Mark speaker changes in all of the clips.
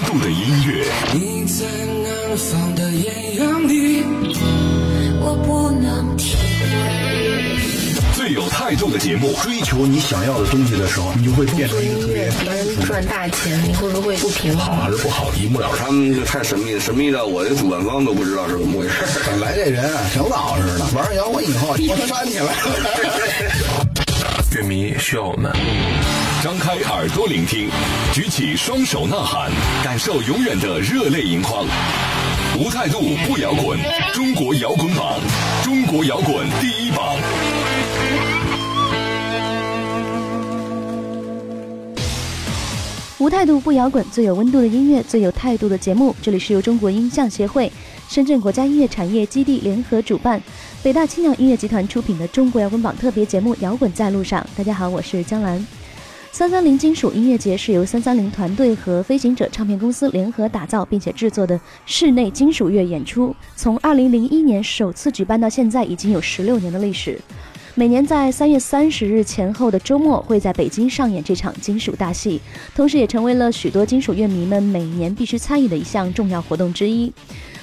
Speaker 1: 放的音乐。
Speaker 2: 你在南方的艳阳里，
Speaker 3: 我不能停。
Speaker 1: 最有态度的节目，
Speaker 4: 追求你想要的东西的时候，你就会变
Speaker 5: 做
Speaker 4: 成一个
Speaker 5: 音
Speaker 4: 特别
Speaker 5: 乐能赚大钱，你会不会不平衡？
Speaker 4: 好
Speaker 1: 啊
Speaker 4: 还是不好，一目了然。
Speaker 6: 他们这太神秘，神秘到我这主办方都不知道是怎么回事。
Speaker 4: 本来这人啊，挺老实的，玩摇滚以后，我他妈起来 了。
Speaker 7: 乐迷需要我们。
Speaker 1: 张开耳朵聆听，举起双手呐喊，感受永远的热泪盈眶。无态度不摇滚，中国摇滚榜，中国摇滚第一榜。
Speaker 8: 无态度不摇滚，最有温度的音乐，最有态度的节目。这里是由中国音像协会、深圳国家音乐产业基地联合主办，北大青鸟音乐集团出品的《中国摇滚榜》特别节目《摇滚在路上》。大家好，我是江兰。三三零金属音乐节是由三三零团队和飞行者唱片公司联合打造并且制作的室内金属乐演出，从二零零一年首次举办到现在，已经有十六年的历史。每年在三月三十日前后的周末会在北京上演这场金属大戏，同时也成为了许多金属乐迷们每年必须参与的一项重要活动之一。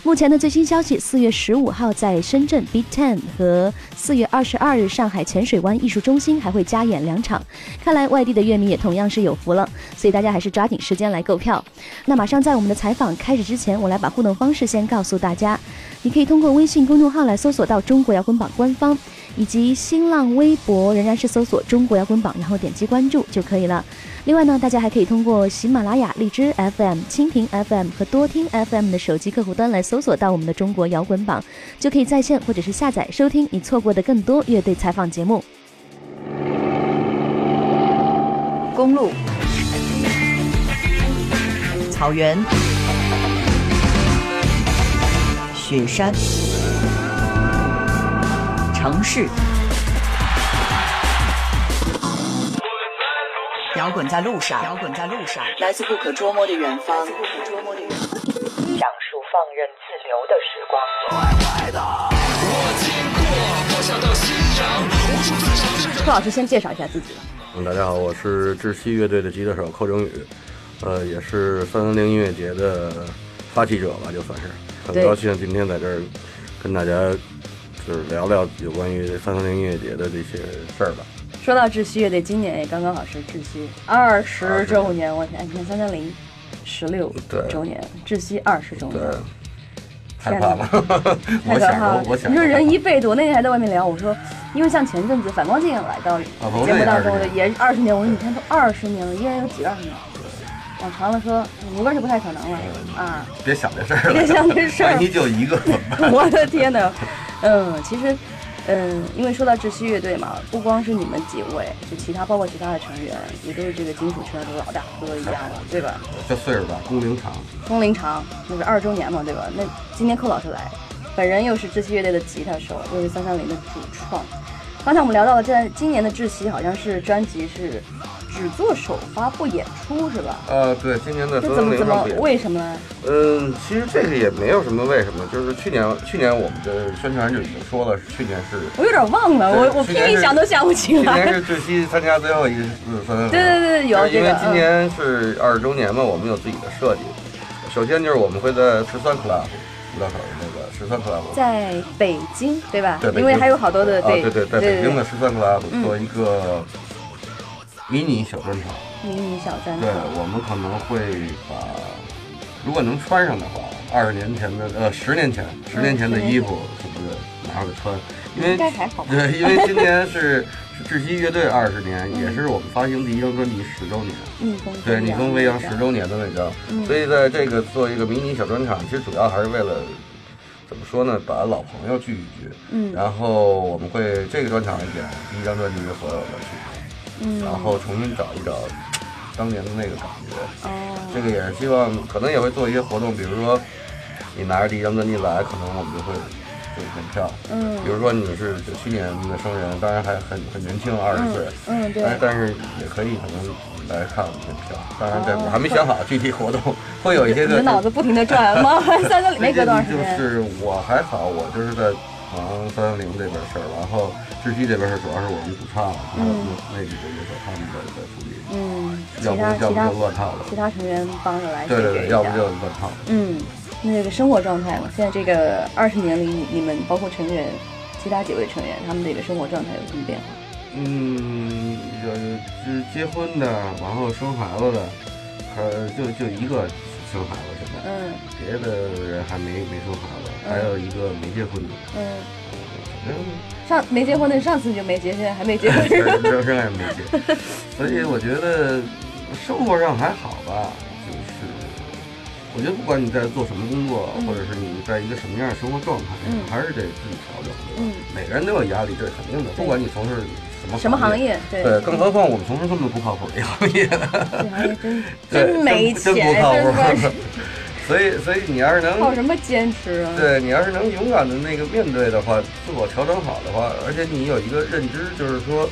Speaker 8: 目前的最新消息，四月十五号在深圳 Big Ten 和四月二十二日上海浅水湾艺术中心还会加演两场。看来外地的乐迷也同样是有福了，所以大家还是抓紧时间来购票。那马上在我们的采访开始之前，我来把互动方式先告诉大家。你可以通过微信公众号来搜索到中国摇滚榜官方，以及新浪微博仍然是搜索中国摇滚榜，然后点击关注就可以了。另外呢，大家还可以通过喜马拉雅、荔枝 FM、蜻蜓 FM 和多听 FM 的手机客户端来搜索到我们的中国摇滚榜，就可以在线或者是下载收听你错过的更多乐队采访节目。
Speaker 9: 公路、草原、雪山、城市。摇滚在路上，摇滚在路上，来自不可捉摸的远方，来自不可捉摸的远方。
Speaker 10: 讲述放任自流的时光。
Speaker 11: 柯老师先介绍一下自己。
Speaker 12: 嗯大家好，我是窒息乐队的吉他手寇征宇，呃，也是三三零音乐节的发起者吧，就算是很
Speaker 11: 对
Speaker 12: 高兴今天在这儿跟大家就是聊聊有关于三三零音乐节的这些事儿吧。
Speaker 11: 说到窒息乐队，今年也刚刚好是窒息二十周年，我天，你看三三零十六
Speaker 12: 对
Speaker 11: 周年，窒息二十周年，
Speaker 12: 对，害
Speaker 11: 天
Speaker 12: 怕
Speaker 11: 哪
Speaker 12: 吗？
Speaker 11: 太
Speaker 12: 我
Speaker 11: 可
Speaker 12: 想
Speaker 11: 怕了
Speaker 12: 过，我。想
Speaker 11: 你
Speaker 12: 过
Speaker 11: 说人一辈子，我那天还在外面聊，我说，因为像前阵子反光镜来到
Speaker 12: 啊不
Speaker 11: 节目
Speaker 12: 对
Speaker 11: 当中
Speaker 12: 20
Speaker 11: 的也二十年，我说你看都二十年了，一人有几个二十年？往长了说，五个是不太可能了啊。
Speaker 12: 嗯别想这事儿了，
Speaker 11: 别想这事儿
Speaker 12: 万一哎就一个怎么办？
Speaker 11: 我的天呐，嗯，其实，嗯，因为说到窒息乐队嘛，不光是你们几位，就其他包括其他的成员，也都是这个金属圈的老大哥一样了，对吧？
Speaker 12: 这岁数吧，工龄长，
Speaker 11: 风铃长那是二周年嘛，对吧？那今天寇老师来，本人又是窒息乐队的吉他手，又是三三零的主创。刚才我们聊到了，在今年的窒息好像是专辑是只做首发不演出，是吧？
Speaker 12: 呃，对，今年的
Speaker 11: 这
Speaker 12: 三
Speaker 11: 怎
Speaker 12: 三
Speaker 11: 么
Speaker 12: 零
Speaker 11: 怎
Speaker 12: 上
Speaker 11: 么
Speaker 12: 不也
Speaker 11: 为什么呢？
Speaker 12: 嗯，其实这个也没有什么为什么，就是去年去年我们的宣传就已经说了，去年是
Speaker 11: 我有点忘了，
Speaker 12: 对
Speaker 11: 我我
Speaker 12: 去
Speaker 11: 拼
Speaker 12: 年
Speaker 11: 命
Speaker 12: 是
Speaker 11: 想都想不起
Speaker 12: 去年
Speaker 11: 来。
Speaker 12: 是窒息参加最后一次三三
Speaker 11: 对对对对有
Speaker 12: 就是因
Speaker 11: 这
Speaker 12: 为
Speaker 11: 个嗯
Speaker 12: 今年是二十周年嘛，我们有自己的设计。首先就是我们会在十三 club 舞蹈手那个十三 club
Speaker 11: 在北京，对吧？
Speaker 12: 对，北
Speaker 11: 因为
Speaker 12: 京
Speaker 11: 还有好多的
Speaker 12: 啊对对，在
Speaker 11: 对
Speaker 12: 北京的
Speaker 11: 对
Speaker 12: 十三 club
Speaker 11: 嗯
Speaker 12: 做一个迷你小专场。
Speaker 11: 迷你小专
Speaker 12: 对
Speaker 11: 场，，
Speaker 12: 我们可能会把，如果能穿上的话，二十年前的呃十年前
Speaker 11: 嗯
Speaker 12: 十年前的衣服什么的拿出来穿，因为
Speaker 11: 应该还好吧
Speaker 12: 对，因为今年是是窒息乐队二十年，也是我们发行第一张专辑十周年，
Speaker 11: 逆风
Speaker 12: 对，逆风飞扬
Speaker 11: 十
Speaker 12: 十周年的那张，
Speaker 11: 嗯
Speaker 12: 所以在这个做一个迷你小专场，其实主要还是为了。怎么说呢？把老朋友聚一聚，
Speaker 11: 嗯
Speaker 12: 然后我们会这个专场演第一张专辑《所有的曲》，
Speaker 11: 嗯，
Speaker 12: 然后重新找一找当年的那个感觉。这
Speaker 11: 哦，
Speaker 12: 个也是希望，可能也会做一些活动，比如说你拿着第一张专辑来，可能我们就会就门票。
Speaker 11: 嗯
Speaker 12: 比如说你是就去年的生人，当然还很很年轻，二十岁，哎
Speaker 11: 嗯，对，
Speaker 12: 但但是也可以可能来看我们门票。当然，这
Speaker 11: 哦
Speaker 12: 我还没想好具体活动，会有一些
Speaker 11: 你
Speaker 12: 个
Speaker 11: 的脑子不停的转，忙完三个里没
Speaker 12: 最
Speaker 11: 隔
Speaker 12: 近
Speaker 11: 多长时
Speaker 12: 就
Speaker 11: 间？
Speaker 12: 是我还好，我就是在行三三零这边事儿，然后窒息这边事儿主要是我们主唱还有
Speaker 11: 嗯
Speaker 12: 那几个乐手他们在在处理，
Speaker 11: 嗯，其
Speaker 12: 要不
Speaker 11: 他
Speaker 12: 要
Speaker 11: 其
Speaker 12: 不
Speaker 11: 他
Speaker 12: 就乱套了
Speaker 11: 其他成员帮着来
Speaker 12: 对对
Speaker 11: 解决
Speaker 12: 对，
Speaker 11: 一
Speaker 12: 要不
Speaker 11: 下
Speaker 12: 就乱套了。
Speaker 11: 嗯，那个生活状态嘛，现在这个二十年里，你你们包括成员，其他几位成员，他们的一个生活状态有什么变化？
Speaker 12: 嗯，有是结婚的，然后生孩子的，呃，就就一个生孩子现在，
Speaker 11: 嗯，
Speaker 12: 别的人还没没生孩子，
Speaker 11: 嗯
Speaker 12: 还有一个没结婚的，
Speaker 11: 嗯，
Speaker 12: 嗯，。
Speaker 11: 上没结婚的上次就没结，现在还没结婚
Speaker 12: 仍仍然没结，所以我觉得生活上还好吧，就是我觉得不管你在做什么工作，
Speaker 11: 嗯
Speaker 12: 或者是你在一个什么样的生活状态，
Speaker 11: 嗯
Speaker 12: 还是得自己调整。
Speaker 11: 嗯
Speaker 12: 每个人都有压力，这是肯定的，不管你从事什么
Speaker 11: 什么行业对
Speaker 12: 对，更何况我们从事这么不靠谱的行业，
Speaker 11: 这行业真
Speaker 12: 对
Speaker 11: 真没
Speaker 12: 真
Speaker 11: 钱，
Speaker 12: 不靠
Speaker 11: 真
Speaker 12: 谱
Speaker 11: 的。
Speaker 12: 所以，所以你要是能
Speaker 11: 靠什么坚持啊？
Speaker 12: 哎对你要是能勇敢的那个面对的话，自我调整好的话，而且你有一个认知，就是说，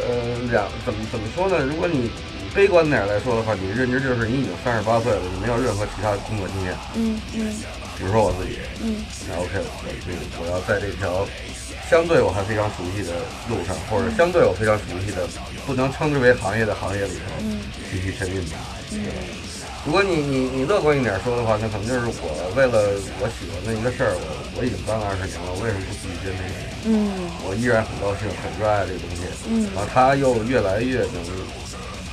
Speaker 12: 呃，两怎么怎么说呢？如果你悲观点儿来说的话，你的认知就是你已经三十八岁了，你没有任何其他工作经验。
Speaker 11: 嗯嗯
Speaker 12: 比如说我自己，
Speaker 11: 嗯
Speaker 12: 那 OK，我这个我要在这条相对我还非常熟悉的路上，或者相对我非常熟悉的不能称之为行业的行业里头
Speaker 11: 嗯
Speaker 12: 继续沉浸吧。
Speaker 11: 嗯
Speaker 12: 如果你你你乐观一点说的话，那可能就是我为了我喜欢的一个事儿，我我已经干了二十年了，为什么不继续坚持下去？
Speaker 11: 嗯
Speaker 12: 我依然很高兴，很热爱这个东西。
Speaker 11: 嗯
Speaker 12: 然后它又越来越能，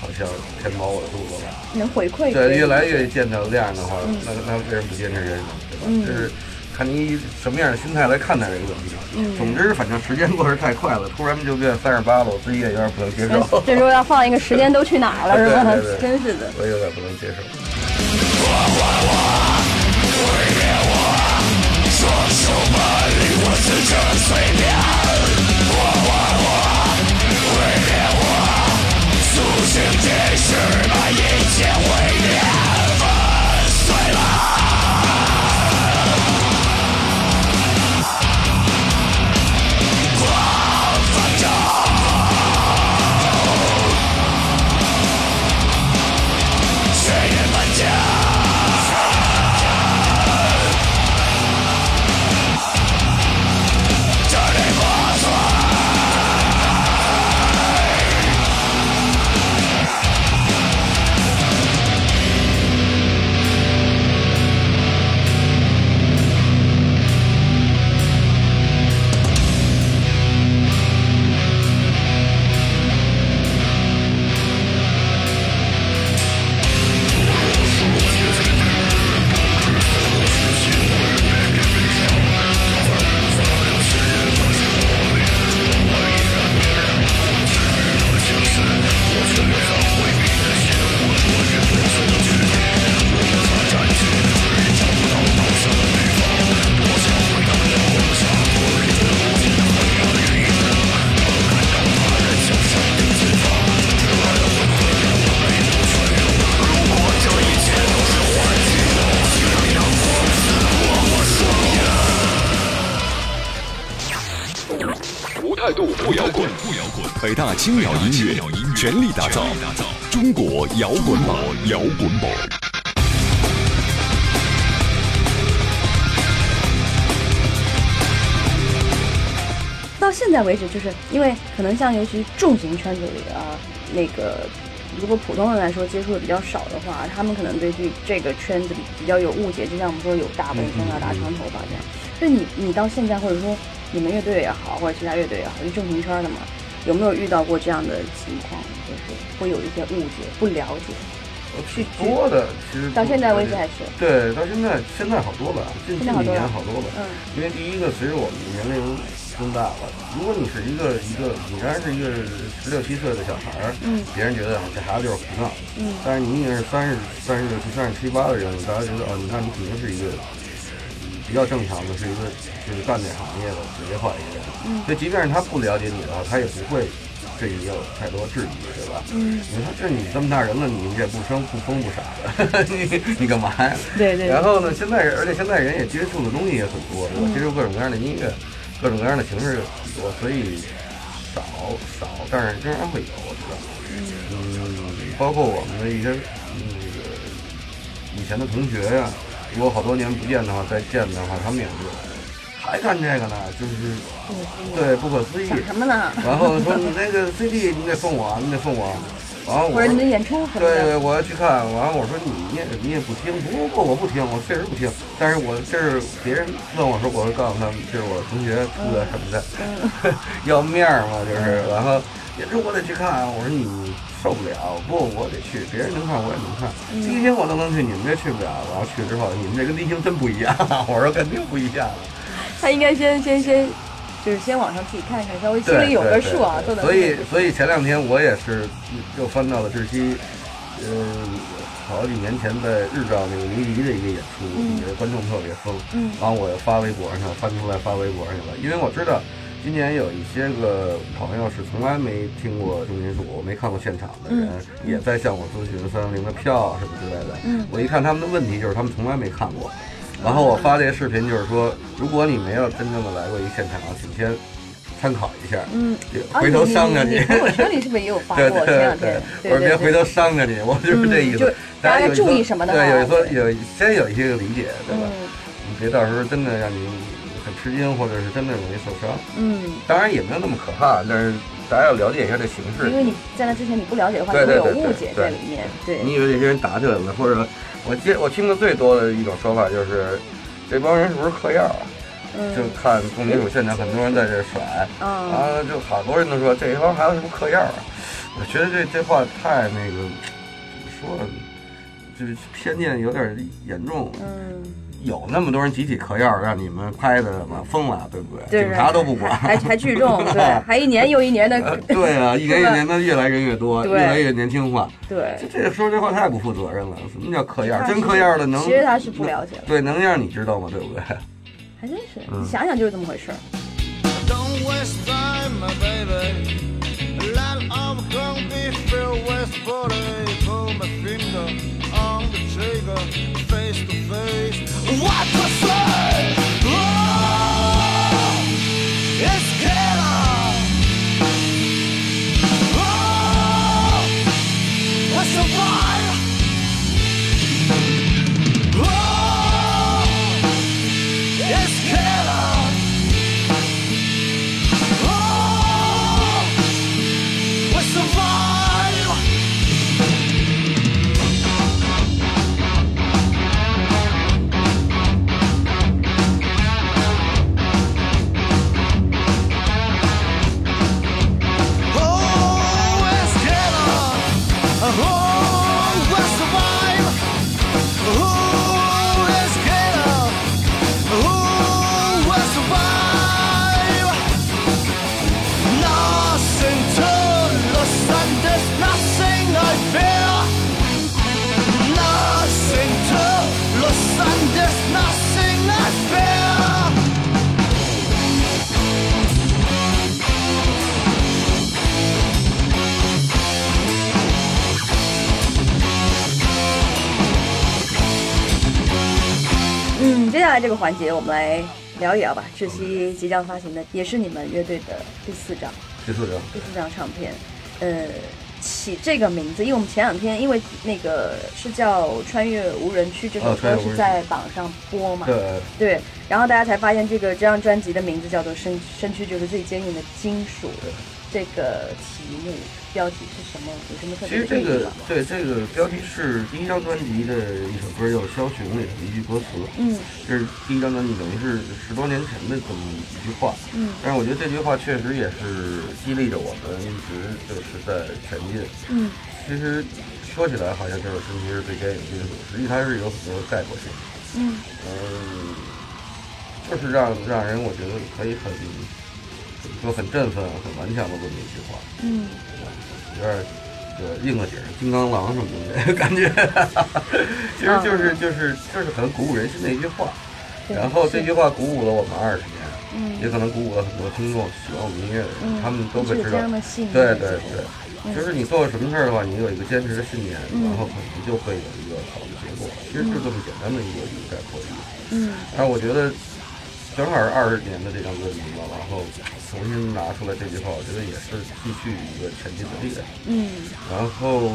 Speaker 12: 好像填饱我的肚子了。
Speaker 11: 能回馈给
Speaker 12: 对，
Speaker 11: 你
Speaker 12: 越来越见到量的话，
Speaker 11: 嗯
Speaker 12: 那那为什么不坚持人呢？对吧？
Speaker 11: 嗯
Speaker 12: 就是看你以什么样的心态来看待这个东西。
Speaker 11: 嗯
Speaker 12: 总之，反正时间过得太快了，突然就变三十八了，我自己也有点不能接受。
Speaker 11: 这时候要放一个时间都去哪儿了是吧？
Speaker 12: 对对对
Speaker 11: 真是的。
Speaker 12: 我有点不能接受。
Speaker 13: 谁也搬家，这里不
Speaker 1: 无态度不摇滚，北大青鸟音乐全力打造中国摇滚榜，摇滚榜。
Speaker 11: 到现在为止，就是因为可能像尤其重型圈子里啊，那个如果普通人来说接触的比较少的话，他们可能对这这个圈子比较有误解，就像我们说有大纹
Speaker 12: 嗯
Speaker 11: 风啊、大长头发这样。就你你到现在，或者说你们乐队也好，或者其他乐队也好，就重型圈的嘛，有没有遇到过这样的情况，就是会有一些误解、不了解？
Speaker 12: 去多的，其实
Speaker 11: 到现在为止还是
Speaker 12: 对，到现在现在好多了，近近
Speaker 11: 现在好
Speaker 12: 几
Speaker 11: 多
Speaker 12: 年
Speaker 11: 了
Speaker 12: 好多了。
Speaker 11: 嗯，
Speaker 12: 因为第一个，随着我们的年龄增大了，如果你是一个一个，你当然是一个十六七岁的小孩儿，
Speaker 11: 嗯
Speaker 12: 别人觉得啊这孩子就是胡闹，
Speaker 11: 嗯
Speaker 12: 但是你已经是三十三十六七、三十七八的人了，大家觉得哦，你那你肯定是一个比较正常的，是一个就是干这行业的职业化一个人。
Speaker 13: 嗯
Speaker 12: 所以即便是他不了解你的话，他也不会对你有太多质疑，对吧？
Speaker 13: 嗯
Speaker 12: 你说这你这么大人了，你也不生不疯不傻的， 你你干嘛呀？
Speaker 11: 对对
Speaker 12: 然后呢，现在而且现在人也接触的东西也很多，对吧？
Speaker 11: 嗯
Speaker 12: 接触各种各样的音乐，各种各样的形式也很多，所以少少，但是仍然会有，我知道。嗯，包括我们的一些嗯那个以前的同学呀、如果好多年不见的话，再见的话，他们也是。还干这个呢？就是
Speaker 11: 嗯
Speaker 12: 对不可思议。
Speaker 11: 想什么呢？
Speaker 12: 然后说你那个 CD 你得送我啊，你得送我啊。完了我
Speaker 11: 或者你的演出什么
Speaker 12: 对对，
Speaker 11: 的，
Speaker 12: 我要去看。完了我说你也你也不听，不不我不听，我确实不听。但是我这是别人问我说，我就告诉他们这是我同学出的什么的， 要面儿嘛就是。然后演出我得去看，啊我说你受不了，不我得去，别人能看我也能看。
Speaker 11: 嗯
Speaker 12: 第一天我都能去，你们这去不了。然后去之后，你们这跟明星真不一样。啊我说肯定不一样。
Speaker 11: 他应该先先先，就是先网上自己看看，稍微心
Speaker 12: 对
Speaker 11: 里有
Speaker 12: 对对
Speaker 11: 个数啊，
Speaker 12: 对
Speaker 11: 都能。
Speaker 12: 所以，所以前两天我也是又翻到了窒息，呃，好几年前在日照那个迷笛的一个演出，
Speaker 11: 嗯
Speaker 12: 你的观众特别疯，
Speaker 11: 嗯
Speaker 12: 然后我又发微博上翻出来发微博去了，因为我知道今年有一些个朋友是从来没听过重金属、没看过现场的人，
Speaker 11: 嗯
Speaker 12: 也在向我咨询三六零的票啊什么之类的，
Speaker 11: 嗯
Speaker 12: 我一看他们的问题就是他们从来没看过。然后我发这个视频，就是说，如果你没有真正的来过一个现场，请先参考一下，
Speaker 11: 嗯，啊
Speaker 12: 回头伤着
Speaker 11: 你。你
Speaker 12: 你。
Speaker 11: 朋友圈里是不是也有发过？
Speaker 12: 对对
Speaker 11: 前两天，
Speaker 12: 对，我说别回头伤着你，我就是这意
Speaker 11: 嗯就
Speaker 12: 思
Speaker 11: 是。大家注意什么的话
Speaker 12: 对，有时候有先有一些个理解，对吧？
Speaker 11: 嗯
Speaker 12: 你别到时候真的让你很吃惊，或者是真的容易受伤。
Speaker 11: 嗯，
Speaker 12: 当然也没有那么可怕，但是大家要了解一下这形势。
Speaker 11: 嗯因为你在那之前你不了解的话，
Speaker 12: 对
Speaker 11: 你会
Speaker 12: 对
Speaker 11: 有
Speaker 12: 对
Speaker 11: 误解
Speaker 12: 对对
Speaker 11: 在里面。对，
Speaker 12: 你以为这些人打起来了，或者我接我听的最多的一种说法就是，这帮人是不是嗑药啊？
Speaker 11: 嗯
Speaker 12: 就看重金属现场，很多人在这甩，
Speaker 11: 嗯
Speaker 12: 啊，就好多人都说这帮孩子是不是嗑药啊？我觉得这这话太那个，怎么说呢？就是偏见有点严重。
Speaker 11: 嗯，
Speaker 12: 有那么多人集体嗑药，让你们拍的嘛，疯了，对不对？
Speaker 11: 对
Speaker 12: 警察都不管，
Speaker 11: 还还聚众，对，还一年又一年的
Speaker 12: 呃，对啊，一年一年的越来人越多，
Speaker 11: 对
Speaker 12: 越来越年轻化。
Speaker 11: 对，
Speaker 12: 这说这话太不负责任了。什么叫嗑药？真嗑药的能？
Speaker 11: 其实他是不了解的
Speaker 12: 对，能让你知道吗？对不对？
Speaker 11: 还真是，
Speaker 12: 嗯
Speaker 11: 你想想就是这么回事儿。
Speaker 14: Don't waste time, my baby. A lot of ground beef filled with body. Pull my finger on the trigger, face to face. What the fuck? Oh, it's killer. Oh, I survive. Oh, it's killer. What's the vibe? Always get up. Always survive. Always get up. Always survive. Nothing to lose and there's nothing I fear. Nothing to lose and there's nothing I fear.
Speaker 11: 嗯，接下来这个环节我们来聊一聊吧，窒息即将发行的也是你们乐队的第四张
Speaker 12: 徐处长，
Speaker 11: 第四张唱片，呃。起这个名字，因为我们前两天因为那个是叫《穿越无人区》这首
Speaker 12: 哦穿
Speaker 11: 歌
Speaker 12: 越无人
Speaker 11: 是
Speaker 12: 区
Speaker 11: 在榜上播嘛，
Speaker 12: 对，
Speaker 11: 对，然后大家才发现这个这张专辑的名字叫做《身身躯就是最坚硬的金属》，这个题目标题是什么？有什么特
Speaker 12: 其
Speaker 11: 别
Speaker 12: 实
Speaker 11: 的
Speaker 12: 这
Speaker 11: 意义
Speaker 12: 个
Speaker 11: 吗？
Speaker 12: 对这个标题是第一张专辑的一首歌，叫《枭雄》里的一句歌词。
Speaker 11: 嗯，
Speaker 12: 这是第一张专辑，等于是十多年前的这么一句话。
Speaker 11: 嗯
Speaker 12: 但是我觉得这句话确实也是激励着我们一直就是在前进。
Speaker 11: 嗯，
Speaker 12: 其实说起来好像这首身躯是最该有金属，实际它是有很多概括性。
Speaker 11: 嗯
Speaker 12: 嗯，就是让让人我觉得可以很怎么说很振奋、很顽强的这么一句话。
Speaker 11: 嗯，
Speaker 12: 有点就硬了底儿，金刚狼什么的 感觉，其实就是就是就是很鼓舞人心的一句话。
Speaker 11: 嗯对
Speaker 12: 然后这句话鼓舞了我们二十年，
Speaker 11: 嗯
Speaker 12: 也可能鼓舞了很多听众喜欢我们音乐的人，
Speaker 11: 嗯
Speaker 12: 他们都会
Speaker 11: 是有
Speaker 12: 知
Speaker 11: 这
Speaker 12: 道
Speaker 11: 样的信。念
Speaker 12: 对
Speaker 11: 在
Speaker 12: 对
Speaker 11: 里
Speaker 12: 对，
Speaker 11: 嗯
Speaker 12: 就是你做什么事儿的话，你有一个坚持的信念，
Speaker 11: 嗯
Speaker 12: 然后可能就会有一个好的结果。其实就这么简单的一个一个概括。
Speaker 11: 嗯
Speaker 12: 但是我觉得正好是二十年的这张歌迷嘛，然后重新拿出来这句话，我觉得也是继续一个前进的力量。
Speaker 11: 嗯
Speaker 12: 然后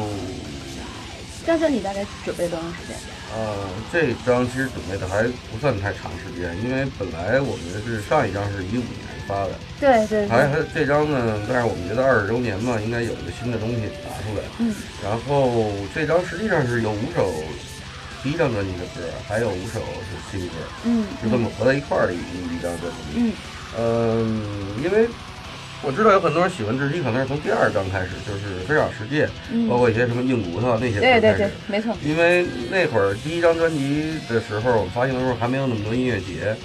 Speaker 11: 这嗯这你大概准备多长时间？
Speaker 12: 呃，这张其实准备的还不算太长时间，因为本来我们是上一张是一五年发的，
Speaker 11: 对对
Speaker 12: 还还这张呢，但是我们觉得二十周年嘛，应该有一个新的东西拿出来。
Speaker 11: 嗯，
Speaker 12: 然后这张实际上是有五首第一张专辑的歌，还有五首是新歌，
Speaker 11: 嗯
Speaker 12: 就这么合在一块儿的一一张专辑。
Speaker 11: 嗯
Speaker 12: 嗯，因为我知道有很多人喜欢窒息，可能是从第二张开始，就是《飞鸟世界》
Speaker 11: 嗯
Speaker 12: 包括一些什么硬骨头那些歌
Speaker 11: 对对
Speaker 12: 开
Speaker 11: 对
Speaker 12: 始。，
Speaker 11: 没错。
Speaker 12: 因为那会儿第一张专辑的时候，我们发行的时候还没有那么多音乐节，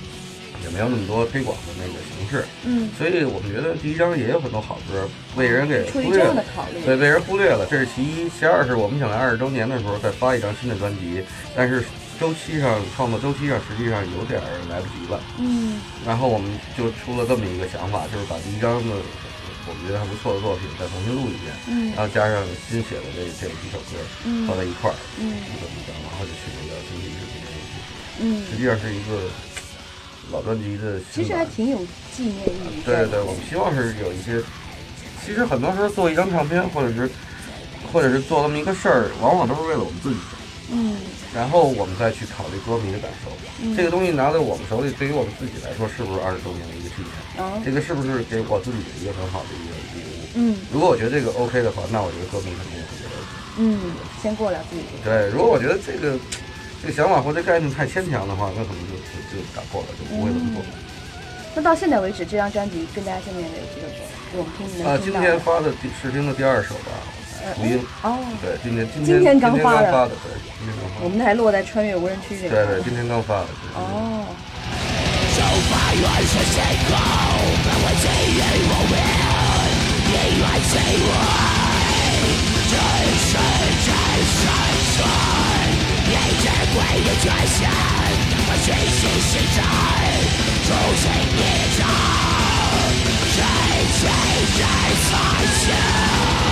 Speaker 12: 也没有那么多推广的那个形式，
Speaker 11: 嗯
Speaker 12: 所以我们觉得第一张也有很多好歌，被人给
Speaker 11: 出于
Speaker 12: 忽
Speaker 11: 这
Speaker 12: 略
Speaker 11: 样的
Speaker 12: 了，
Speaker 11: 考虑，
Speaker 12: 对，被人忽略了，这是其一。其二是我们想在二十周年的时候再发一张新的专辑，但是周期上创作周期上实际上有点儿来不及了，
Speaker 11: 嗯
Speaker 12: 然后我们就出了这么一个想法，就是把第一张的我们觉得还不错的作品再重新录一遍，
Speaker 11: 嗯
Speaker 12: 然后加上新写的这这几首歌
Speaker 11: 嗯
Speaker 12: 放在一块儿，
Speaker 11: 嗯
Speaker 12: 一个一张，然后就取名叫《经济视频》。
Speaker 11: 嗯
Speaker 12: 实际上是一个老专辑的
Speaker 11: 其
Speaker 12: 新
Speaker 11: 实
Speaker 12: 版。
Speaker 11: 还挺有纪念意义。
Speaker 12: 对对对，我们希望是有一些，其实很多时候做一张唱片，或者是或者是做那么一个事儿，往往都是为了我们自己，
Speaker 11: 嗯
Speaker 12: 然后我们再去考虑歌迷的感受。
Speaker 11: 嗯
Speaker 12: 这个东西拿在我们手里，对于我们自己来说，是不是二十周年的一个纪念？
Speaker 11: 哦
Speaker 12: 这个是不是给我自己的一个很好的一个礼物？
Speaker 11: 嗯
Speaker 12: 如果我觉得这个 OK 的话，那我觉得歌迷肯定也会觉得 OK。
Speaker 11: 嗯，先过了自己。
Speaker 12: 对，如果我觉得这个这个想法或者概念太牵强的话，那可能就就就打破了，就不会这么做。
Speaker 11: 嗯那到现在为止，这张专辑跟大家见面的有几首歌？我们听能听到
Speaker 12: 啊，
Speaker 11: 的
Speaker 12: 今天发的第试听的第二首吧，
Speaker 11: 呃
Speaker 12: 福音。
Speaker 11: 哦，
Speaker 12: 对，今天今
Speaker 11: 今天刚
Speaker 12: 发的，
Speaker 11: 发的
Speaker 12: 对，今天刚发
Speaker 11: 我们的还落在穿越无人区
Speaker 12: 的，
Speaker 11: 这
Speaker 12: 对
Speaker 11: 个。
Speaker 12: 对，今天刚发的。对
Speaker 11: 哦，
Speaker 13: 守法院是信徒，不会自以我为，你愿是我，真是真是真，你只会有缺陷，我信心是真，忠心一真，真真真才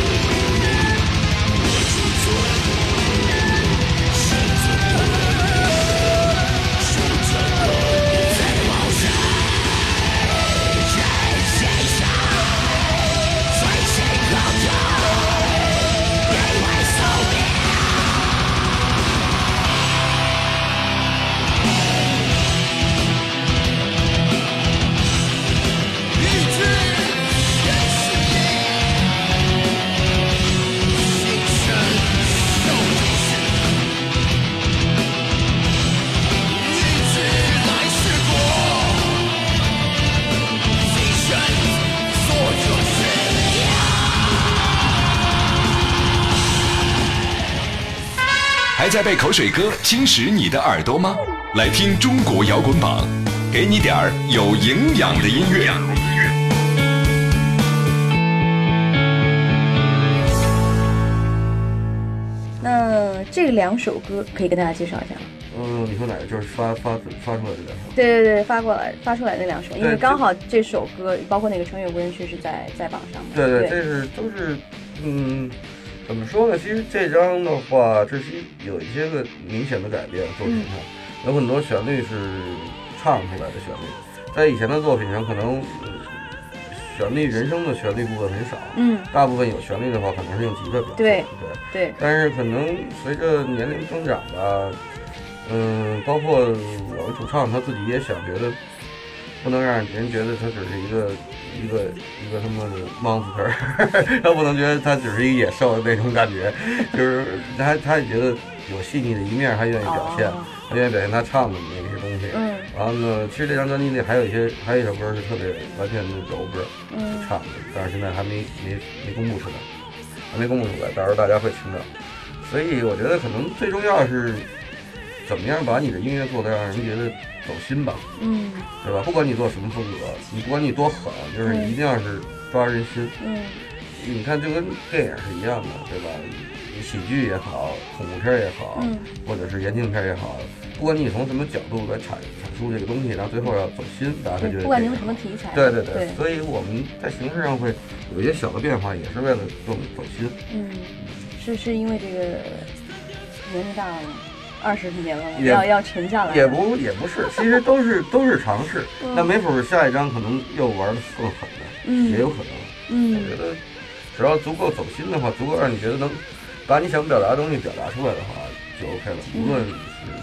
Speaker 1: 还在被口水歌侵蚀你的耳朵吗？来听中国摇滚榜，给你点儿有营养的音乐。
Speaker 11: 那这两首歌可以跟大家介绍一下吗。
Speaker 12: 嗯，你说哪个？就是发发发出来的两首。
Speaker 11: 对对对，发过来发出来那两首，因为
Speaker 12: 对
Speaker 11: 刚好这首歌包括那个《穿越无人区》是在在榜上的。
Speaker 12: 对
Speaker 11: 对，
Speaker 12: 这是都是，嗯，怎么说呢？其实这张的话，这是有一些个明显的改变，作品上、有很多旋律是唱出来的旋律，在以前的作品上可能。嗯旋律人声的旋律部分很少，
Speaker 11: 嗯
Speaker 12: 大部分有旋律的话，可能是用吉他表现。
Speaker 11: 对
Speaker 12: 对，
Speaker 11: 对，
Speaker 12: 但是可能随着年龄增长吧，嗯，包括我们主唱他自己也想觉得，不能让人觉得他只是一个一个一个他妈的莽子儿， 他不能觉得他只是一野兽的那种感觉，就是他他也觉得有细腻的一面，他愿意表现，
Speaker 11: 哦
Speaker 12: 他愿意表现他唱的那些东西。
Speaker 11: 嗯
Speaker 12: 然后呢，其实这张专辑里还有一些，还有一首歌是特别完全的柔歌，
Speaker 11: 嗯
Speaker 12: 是唱的，但是现在还没没没公布出来，还没公布出来，到时候大家会听到。所以我觉得可能最重要的是，怎么样把你的音乐做得让人觉得走心吧，
Speaker 11: 嗯
Speaker 12: 对吧？不管你做什么风格，你不管你多狠，就是
Speaker 11: 嗯
Speaker 12: 一定要是抓人心。
Speaker 11: 嗯
Speaker 12: 你看，就跟电影是一样的，对吧？你喜剧也好，恐怖片也好，
Speaker 11: 嗯
Speaker 12: 或者是言情片也好，不管你从什么角度来阐阐述这个东西，然后最后要走心，大家会觉
Speaker 11: 对，
Speaker 12: 得
Speaker 11: 不管
Speaker 12: 这
Speaker 11: 你用
Speaker 12: 个
Speaker 11: 什么题材，
Speaker 12: 对对对，
Speaker 11: 对，
Speaker 12: 所以我们在形式上会有一些小的变化，也是为了更走心。
Speaker 11: 嗯，是是因为这个年龄大了吗，二十年了吗，
Speaker 12: 也
Speaker 11: 要要沉下来了，
Speaker 12: 也不也不是，其实都是都是尝试
Speaker 11: 嗯。
Speaker 12: 那没准儿下一张可能又玩的更狠的，
Speaker 11: 嗯
Speaker 12: 也有可能。
Speaker 11: 嗯
Speaker 12: 我觉得只要足够走心的话，足够让你觉得能把你想表达的东西表达出来的话，就 OK 了，无论是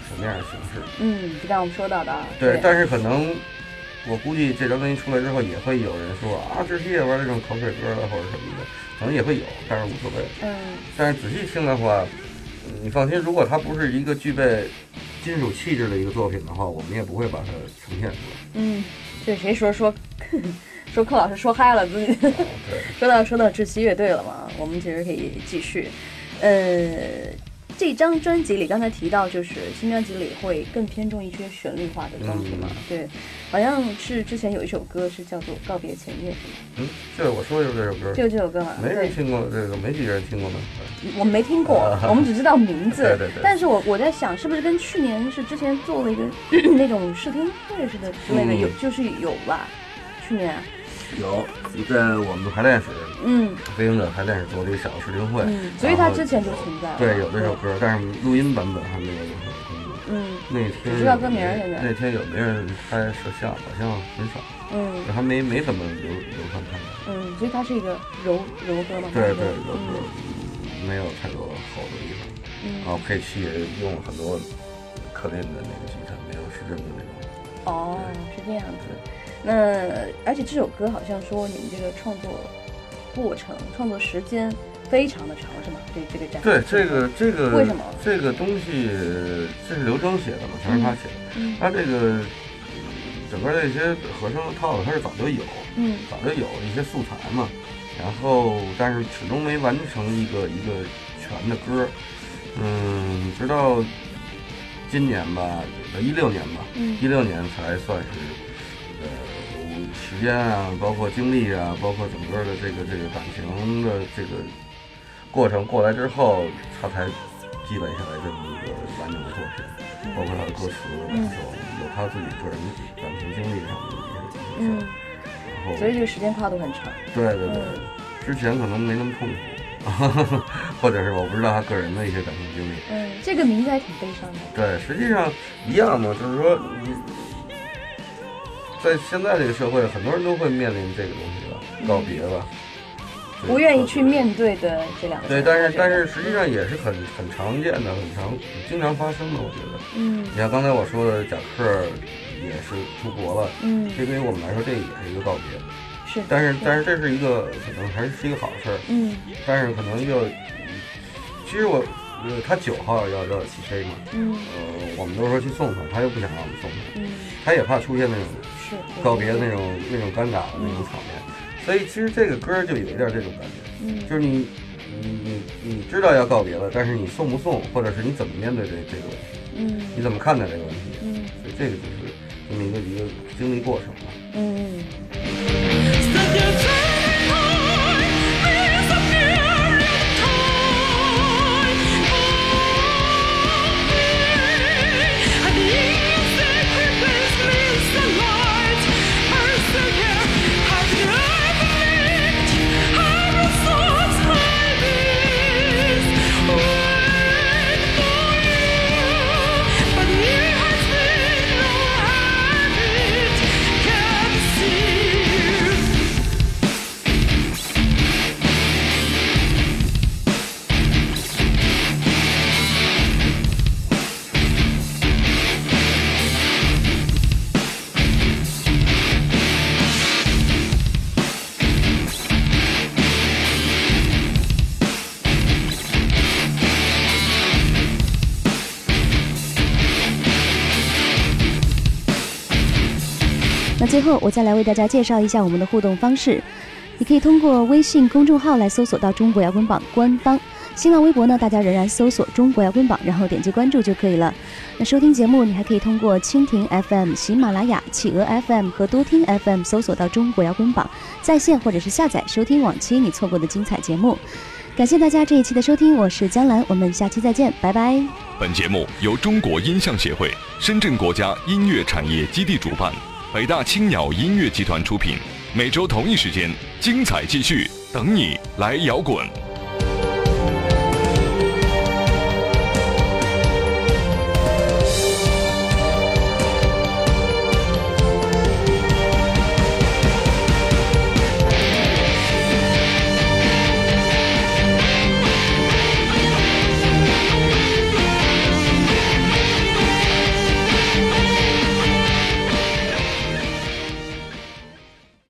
Speaker 12: 什么样的形式。
Speaker 11: 嗯，就像我们说到的啊，
Speaker 12: 对，但是可能我估计这张专辑出来之后，也会有人说啊，这是也玩这种口水歌了啊或者什么的，可能也会有，但是无所谓。
Speaker 11: 嗯，
Speaker 12: 但是仔细听的话，嗯你放心，如果它不是一个具备金属气质的一个作品的话，我们也不会把它呈现出来。
Speaker 11: 嗯，这谁说说 说柯老师说嗨了自己？ 说到说到窒息乐队了嘛，我们其实可以继续。呃，这张专辑里刚才提到，就是新专辑里会更偏重一些旋律化的东西嘛。
Speaker 12: 嗯
Speaker 11: 对，好像是之前有一首歌是叫做《告别前夜》，
Speaker 12: 嗯，就是我说的就是这首歌，
Speaker 11: 就这首歌嘛
Speaker 12: 没
Speaker 11: 对
Speaker 12: 人听过这个，没几个人听过呢。
Speaker 11: 我没听过，
Speaker 12: 啊
Speaker 11: 我们只知道名字。
Speaker 12: 对对对
Speaker 11: 但是我我在想，是不是跟去年是之前做了一个 那种试听会似的之类的，
Speaker 15: 嗯
Speaker 11: 有就是有吧？去年，
Speaker 12: 有在我们排练室，
Speaker 11: 嗯，
Speaker 12: 飞行者排练室做了一个小试听会啊
Speaker 11: 嗯，所以它之前就存在了
Speaker 12: 对，有这首歌，但是录音版本还没有。
Speaker 11: 嗯
Speaker 12: 那天
Speaker 11: 只知道歌名儿现在
Speaker 12: 那天有没有人拍摄像？好像很少，
Speaker 11: 嗯
Speaker 12: 还没没怎么流流传开来。
Speaker 11: 嗯，所以它是一个柔柔歌嘛。
Speaker 12: 对
Speaker 11: 不
Speaker 12: 对，有
Speaker 11: 嗯
Speaker 12: 有没有太多好的地方，
Speaker 11: 嗯
Speaker 12: 然后配器也用了很多客店的那个吉他，没有失真的那种。
Speaker 11: 哦，是这样子。那而且这首歌好像说你们这个创作过程、创作时间非常的长，是吗？对这个展
Speaker 12: 对，这个这个
Speaker 11: 为什么？
Speaker 12: 这个东西这是刘征写的嘛，全是他写的。
Speaker 11: 嗯
Speaker 12: 他这个整个这些和声套路，他是早就有，
Speaker 11: 嗯
Speaker 12: 早就有一些素材嘛，然后但是始终没完成一个一个全的歌，嗯，直到今年吧，一六年吧，
Speaker 11: 嗯
Speaker 12: 一六年才算是呃时间啊，包括精力啊，包括整个的这个这个感情的这个过程过来之后，他才积累下来这么一个完整的作品，包括他的歌词感
Speaker 11: 嗯
Speaker 12: 受，有他自己个人感情经历上的一些一些事儿
Speaker 11: 嗯，
Speaker 12: 然后
Speaker 11: 所以这个时间跨度很长。嗯
Speaker 12: 对对对，之前可能没那么痛苦， 或者是我不知道他个人的一些感情经历。
Speaker 11: 嗯，这个名字还挺悲伤的。
Speaker 12: 对，实际上一样嘛，就是说你在现在这个社会，很多人都会面临这个东西吧，
Speaker 11: 嗯
Speaker 12: 告别吧。对
Speaker 11: 不愿意去面对的这两个字。
Speaker 12: 对，但
Speaker 11: 我
Speaker 12: 是
Speaker 11: 觉得
Speaker 12: 但是实际上也是很很常见的，很常经常发生的，我觉得。
Speaker 11: 嗯
Speaker 12: 你像刚才我说的，贾克也是出国了，
Speaker 11: 嗯
Speaker 12: 这对于我们来说，这也是一个告别。
Speaker 11: 是
Speaker 12: 但是
Speaker 11: 是
Speaker 12: 但是这是一个可能还是一个好事儿，
Speaker 11: 嗯，
Speaker 12: 但是可能又，其实我呃他九号要要起飞嘛，
Speaker 11: 嗯
Speaker 12: 呃我们都说去送他，他又不想让我们送他，
Speaker 11: 嗯
Speaker 12: 他也怕出现那种
Speaker 11: 是
Speaker 12: 告别那种那种尴尬的那种场面，所以其实这个歌儿就有一点这种感觉，
Speaker 11: 嗯
Speaker 12: 就是你你你你知道要告别了，但是你送不送，或者是你怎么面对这这个问题，
Speaker 11: 嗯
Speaker 12: 你怎么看待这个问题，
Speaker 11: 嗯
Speaker 12: 所以这个就是这么一个一个经历过程吧。
Speaker 11: 嗯
Speaker 8: 那最后，我再来为大家介绍一下我们的互动方式。你可以通过微信公众号来搜索到中国摇滚榜官方，新浪微博呢，大家仍然搜索中国摇滚榜，然后点击关注就可以了。那收听节目，你还可以通过蜻蜓 FM、喜马拉雅、企鹅 FM 和多听 FM 搜索到中国摇滚榜，在线或者是下载收听往期你错过的精彩节目。感谢大家这一期的收听，我是江兰，我们下期再见，拜拜。
Speaker 1: 本节目由中国音像协会、深圳国家音乐产业基地主办，北大青鸟音乐集团出品。每周同一时间，精彩继续，等你来摇滚。